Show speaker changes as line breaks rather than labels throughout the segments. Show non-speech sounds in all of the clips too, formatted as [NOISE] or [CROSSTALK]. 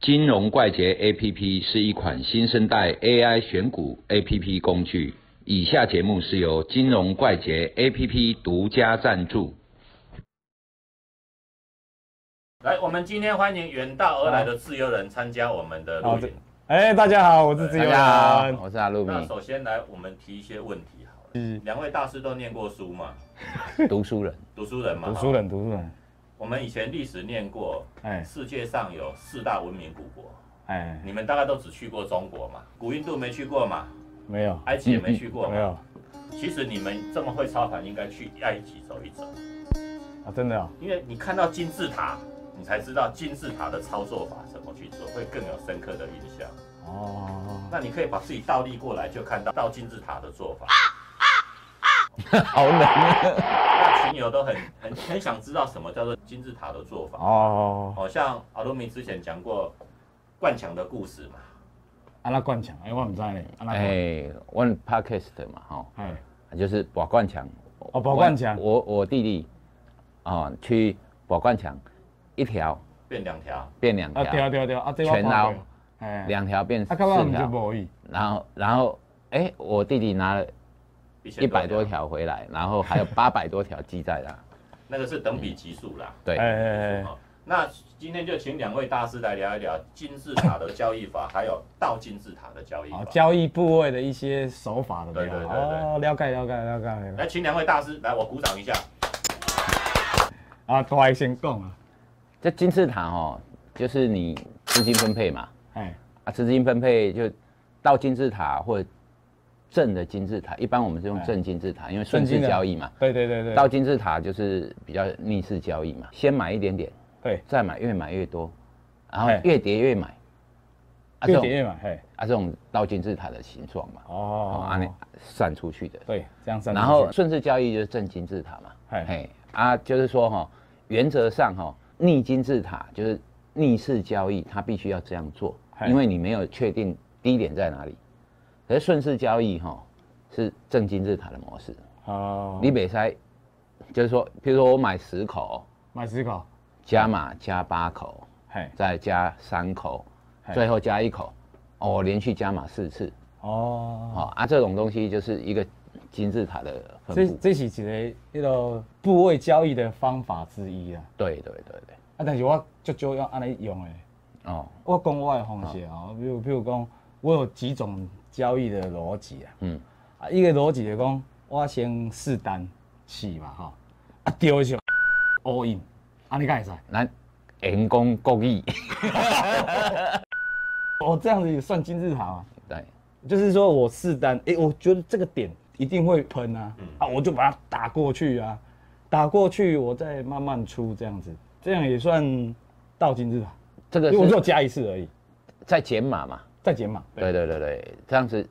金融怪杰 APP 是一款新生代 AI 选股 APP 工具。以下节目是由金融怪杰 APP 独家赞助。
来，我们今天欢迎远道而来的自由人参加我们的录
哦
好
影。
哎，大家好，我是自由
大家
人
好，。我是阿露
那
米，
首先来，我们提一些问题好了。
是
两位大师都念过书嘛？
[LAUGHS] 读书人。
读书人嘛？
读书
哈。
人，读书人。
我们以前历史念过，
哎
世界上有四大文明古国，
哎，
你们大概都只去过中国嘛？古印度没去过嘛？
没有，
埃及也没去过
嗯
没
嘛？
有啊，
其实你们这么会操盘，应该去埃及走一走，
真的哦。
因为你看到金字塔，你才知道金字塔的操作法怎么去做，会更有深刻的印象。
哦，
那你可以把自己倒立过来，就看到倒金字塔的做法。
好冷啊！
那群友都很很很想知道什么叫做金字塔的做法。
哦，
好、像阿鲁米之前讲过灌墙的故事嘛，
安那灌墙，哎，我唔知咧，安那灌，
[LAUGHS] 哎，我 podcast 嘛，哈，
哎，
就是保冠强。
哦保冠强
我我弟弟，啊，去保冠强，一条
变两条，
变两
啊对啊
条，
对啊对啊，啊这我
全捞
看过，哎，
两条变四
啊，到尾我们就
条，
无意，
然后然后，哎，我弟弟拿了
千
一百多，条回来，然后还有八百多条记在那。
那个是等比级数啦。
哎
对，
哎哎，
哦那今天就请两位大师来聊一聊金字塔的交易法，还有倒金字塔的交易
好，
法。
交易部位的一些手法的，
对对对对
哦，了解了解了解了解。
来，请两位大师来，我鼓掌一下。
啊，大家先讲啊，
这金字塔哦，就是你资金分配嘛，
哎，
啊，资金分配就到金字塔或正的金字塔，一般我们是用
哎
正金字塔，因为顺
正
势
金的
交易嘛。
对对对对，
到金字塔就是比较逆势交易嘛，先买一点点，
对，
再买越买越多，然后
哎
越跌越买，啊
越
这
跌
种
越嘛，嘿，
啊这种到金字塔的形状嘛，哦，啊你
哦，
散出去的，
对，这样算进去。
然后顺势交易就是正金字塔嘛，
哎
哎啊，就是说哈、原则上哈、逆金字塔就是逆势交易，它必须要这样做，
哎
因为你没有确定低点在哪里。可是顺势交易哈、是正金字塔的模式，
哦，
你北塞就是说，譬如说我买十口，
买思考，
加码加八口，
嘿，
再加三口，
哎
最后加一口，哦，我连续加码四次，
哦。
哦啊，这种东西就是一个金字塔的分
这
布，
这是一个迄个部位交易的方法之一啊。
对对对对，
啊，但是我足少要安尼用诶。
哦。
我讲我的方式啊，比如比如讲，我有几种交易的逻辑啊。
嗯
嗯。啊，一个逻辑就讲，我先试单试嘛吼，啊丢就 all in，安尼敢会使？
咱员工国语，
哦，这样子也算金字塔嘛？
对，
就是说我试单，诶，我觉得这个点一定会喷啊，
嗯
啊，我就把它打过去啊，打过去，我再慢慢出这样子，这样也算倒金字塔，
这个
因为我只有
是
加一次而已，
在减码嘛，
再减码，
对对对对，这样子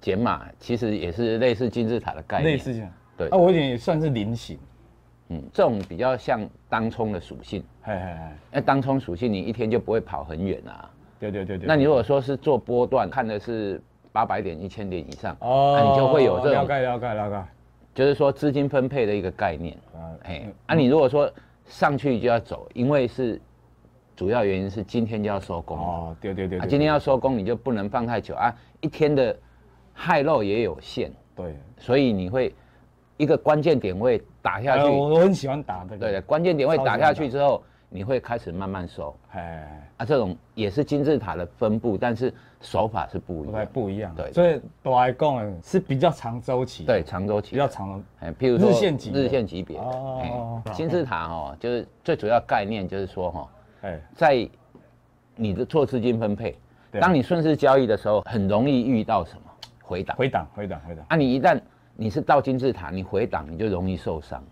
减码其实也是类似金字塔的概念，
类似这样，
对
啊，我有点也算是菱形，
嗯，这种比较像当冲的属性，
嘿嘿嘿，
那当冲属性你一天就不会跑很远啊。
对对对对，
那你如果说是做波段，看的是八百点、一千点以上，
哦，
啊那你就会有这
了
种，
解了解了解，
就是说资金分配的一个概念，
啊，
哎，啊，你如果说上去就要走，因为是主要原因是今天就要收工了。
哦，对对对
啊，
对，
今天要收工，你就不能放太久啊，一天的害肉也有限，
对，
所以你会一个关键点位打下去，
哎我我很喜欢打这个，
对对，关键点位打下去之后，你会开始慢慢收
嘿，嘿嘿
啊，这种也是金字塔的分布，但是手法是不一
不太
样，
不一样，
对
所以大来讲的是比较长周期，
对，，长周期
比较，长的。
哎，譬如说
日线级的
日线级别的，
哦
哎，金字塔哦，就是最主要概念就是说哈、哦，
哎，
在你的做资金分配，
对
当你顺势交易的时候，很容易遇到什么回档。
回档，回档，回档，
啊，你一旦你是倒金字塔，你回档你就容易受伤，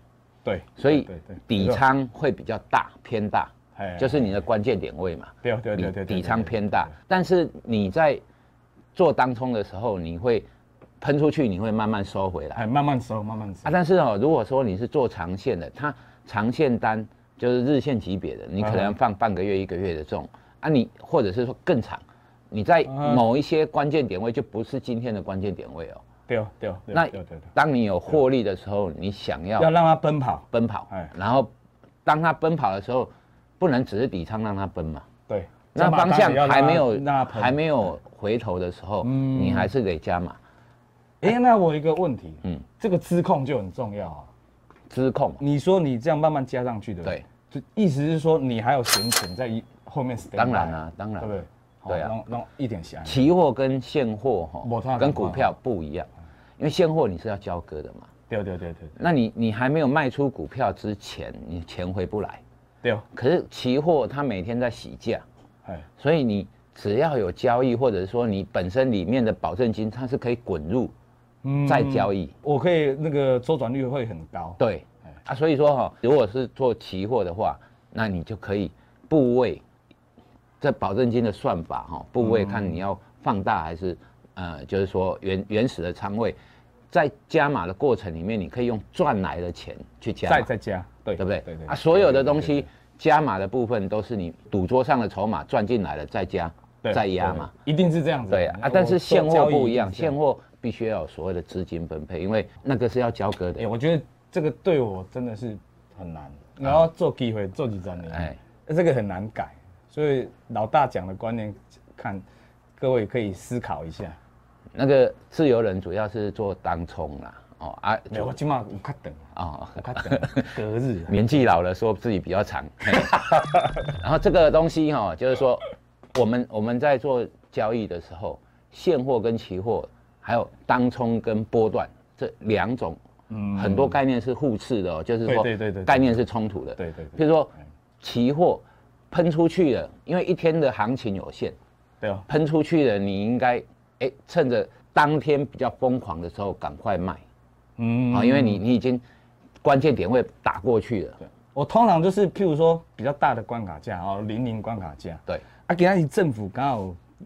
对，
所以
对对对
底仓会比较大，偏大，
哎
就是你的关键点位嘛，
对对对对对，
底
对
底仓偏大。但是你在做当冲的时候，你会喷出去，你会慢慢收回来
哎，慢慢收，慢慢收
啊。，但是哦，如果说你是做长线的，它长线单就是日线级别的，你可能
嗯
放半个月、一个月的这种啊，你或者是说更长。你在
嗯
某一些关键点位就不是今天的关键点位哦，
对对对，
那
对对对，
当你有获利的时候，你想
要
要
让它奔跑，
奔跑
哎，
然后当它奔跑的时候，不能只是底仓让它奔嘛，
对，
那方向还没有
那
还没有回头的时候，
嗯
你还是得加码
哎、那我有一个问题，
嗯
嗯，这个资控就很重要啊。
资控嘛。
你说你这样慢慢加上去，对不对？对，就意思是说你还有闲钱在一后面 stand，
当然啦，当
对不
然，
对？
对啊
好让让一点闲。
期货跟现货
没差
哈，
的
跟股票不一样，因为现货你是要交割的嘛。
对对对对
那你你还没有卖出股票之前，你钱回不来。
对哦，
可是期货它每天在洗价，
哎，
所以你只要有交易，或者说你本身里面的保证金，它是可以滚入
嗯
再交易。
我可以那个周转率会很高。
对，啊，所以说哈、如果是做期货的话，那你就可以部位，这保证金的算法哈、部位看你要放大还是、呃，就是说原原始的仓位，在加码的过程里面，你可以用赚来的钱去加
再
码，
再加，对
对不对？
对对
啊，所有的东
对对
西加码的部分都是你赌桌上的筹码赚进来了再加
对
再压嘛。，
对对一定是这样子。
对啊，啊
我
但是现货不一样，
做交易定是这
现货必须要有所谓的资金分配，因为那个是要交割
哎，
的。
我觉得这个对我真的是很难，然后做机会做几张年，
嗯哎
哎，这个很难改，所以老大讲的观念，看各位可以思考一下。
那个自由人主要是做当冲啦，哦啊，
没有，我今晚有较等，
哦，
有较
[LAUGHS]
等，隔日啊。
年纪老了说自己比较长。
[LAUGHS]
嘿然后这个东西哈、就是说我们我们在做交易的时候，现货跟期货，还有当冲跟波段这两种，
嗯
很多概念是互斥的哦，就是说
对对对对对
概念是冲突的。
对对对
譬如说期货喷出去了，因为一天的行情有限，
对哦，
喷出去了，你应该哎趁着当天比较疯狂的时候赶快卖
嗯
啊，因为你你已经关键点位打过去了。
我通常就是譬如说比较大的关卡价哦，零零关卡价，
对，
啊，给他政府刚好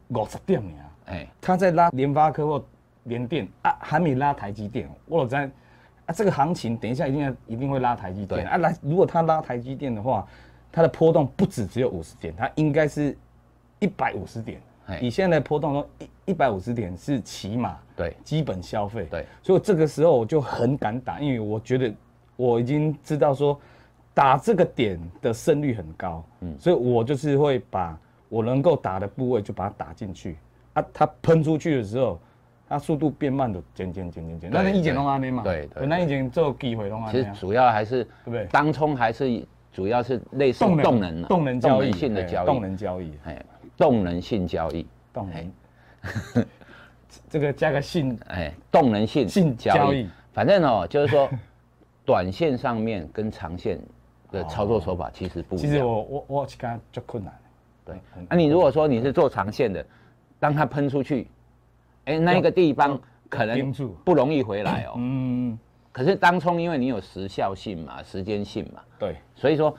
五十点尔，
哎，
他在拉联发科或联电啊，还没拉台积电，我在啊这个行情等一下一定要一定会拉台积
对
电啊，来如果他拉台积电的话，它的波动不止只有五十点，它应该是一百五十点
嘿。
以现在的波动中，一一百五十点是起码
对
基本消费。
对，
所以这个时候我就很敢打，因为我觉得我已经知道说打这个点的胜率很高，嗯，所以我就是会把我能够打的部位就把它打进去啊，它喷出去的时候。它速度变慢的，减减减减减，
对
那以前拢安尼嘛，
对对对
那以前做机会拢安
其
尼
实
啊，
主要还是
不对
当冲还是主要是类似动能啊
动能交易，
性的
对
交易，
动能交易，
哎，动能性交易，
动能， [LAUGHS] 这个加个性，
哎，动能性
性交易
反正哦，就是
[LAUGHS]
说短线上面跟长线的操作手法其实不一
哦其
样。
实我我我去看就困难，
对，啊
很
那、你如果说你是做长线的，当它喷出去，哎、那一个地方可能
嗯盯住
不容易回来哦。
嗯，
可是当冲，因为你有时效性嘛，时间性嘛，
对，
所以说，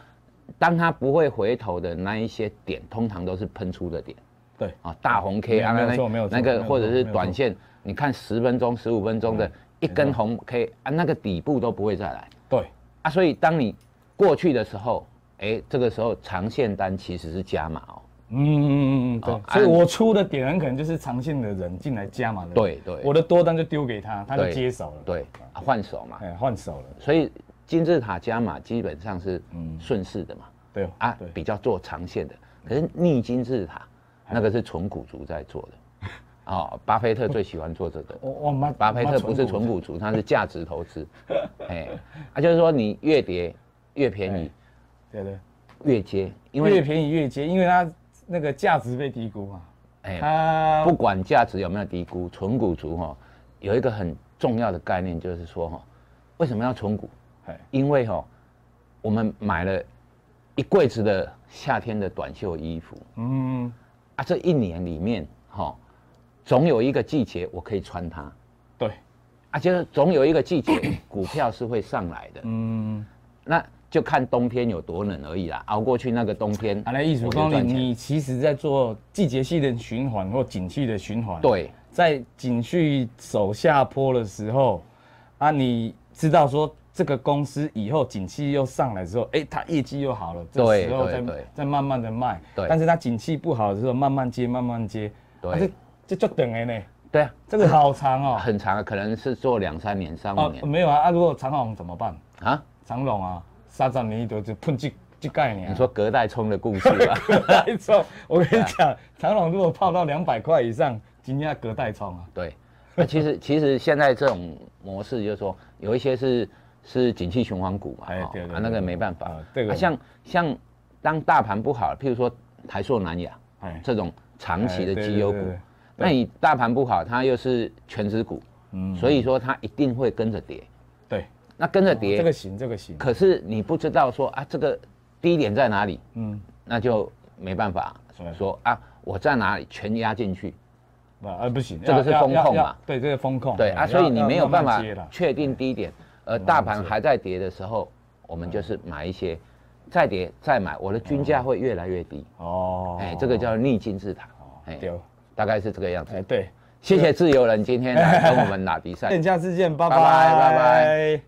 当它不会回头的那一些点，通常都是喷出的点
对，
啊，大红 K
没有
啊，
没有
那
错没有错
那
没有
个
错
或者
没
是
有错嗯
短线，你看十分钟、十五分钟的一根红 K 啊，那个底部都不会再来
对，
啊。所以当你过去的时候，哎，这个时候长线单其实是加码哦。
嗯嗯嗯嗯，对
哦，
所以
按
我出的点很可能就是长线的人进来加嘛，不
对对
嗯我的多单就丢给他，他就
对
接手了，，
对，啊换手嘛。
哎，换手了，
所以金字塔加码基本上是
嗯
顺势的嘛，
对
啊
啊，对，
比较做长线的。可是逆金字塔那个是纯股族在做 [LAUGHS] 的，哦，巴菲特最喜欢做这 [LAUGHS] 个。
我我妈
巴菲特不是
纯
纯股族，他是价值投 [LAUGHS] 资，哎，啊，就是说你越跌越便宜，
对对，
哎越接，因
因为越
为
便宜越接，因为它那个价值被低估嘛，
哎，
它
不管价值有没有低估，纯股族哈有一个很重要的概念，就是说哈，为什么要纯股？
哎
因为哈、我们买了一柜子的夏天的短袖衣服
嗯，
啊，这一年里面哈、总有一个季节我可以穿它
对，
啊，就是总有一个季节股票是会上来的，
嗯，
那就看冬天有多冷而已啦，熬过去那个冬天，
啊，那意思
我就
说
赚
你
钱
你其实在做季节性的循环或景气的循环，
对
在景气走下坡的时候，啊，你知道说这个公司以后景气又上来之后，哎、它业绩又好了，这
对
时候
对
再
对
再慢慢的卖，
对
但是它景气不好的时候，慢慢接，慢慢接，
对
啊、这这就等哎呢，
对啊，
这个好长 [LAUGHS] 哦，
很长，啊可能是做两三年、三五
哦
年
没有啊，啊，如果长虹怎么办？
啊，
长虹啊，三十年就就碰进就概念。
你
[LAUGHS]
说隔代冲的故事吧？
代冲，我跟你讲，长隆如果泡到两百块以上，今天隔代冲啊。
对，那其实其实现在这种模式就是说，有一些是是景气循环股嘛，
哎
哦
对对
啊，
对
那个
对
没办法
啊。这个
啊像像当大盘不好，譬如说台塑、南亚
哎
这种长期的绩优股
哎对对对对对，
那你大盘不好，它又是全指股，
嗯，
所以说它一定会跟着跌。
对，
那跟着
哦这个
跌，
行，这个行。
可是你不知道说啊，这个低点在哪里，
嗯，
那就没办法
对
说啊，我在哪里全压进去。
不啊不行，
这个是
要
风
要
控
要
嘛
对，这个风控。
对
哎
啊，所以你没有办
要要慢
法
慢接啦嗯
确定低点，而
慢
大
慢
盘
接
还在跌的时候，我们就是买一些，再跌再买，我的均价会越来越低。
哦，
哎，这个叫逆金字塔，哎，
丢。
大概是这个样子
哎，。对，
谢谢自由人今天来跟我们打比赛
等。下次见，拜
拜拜拜
拜。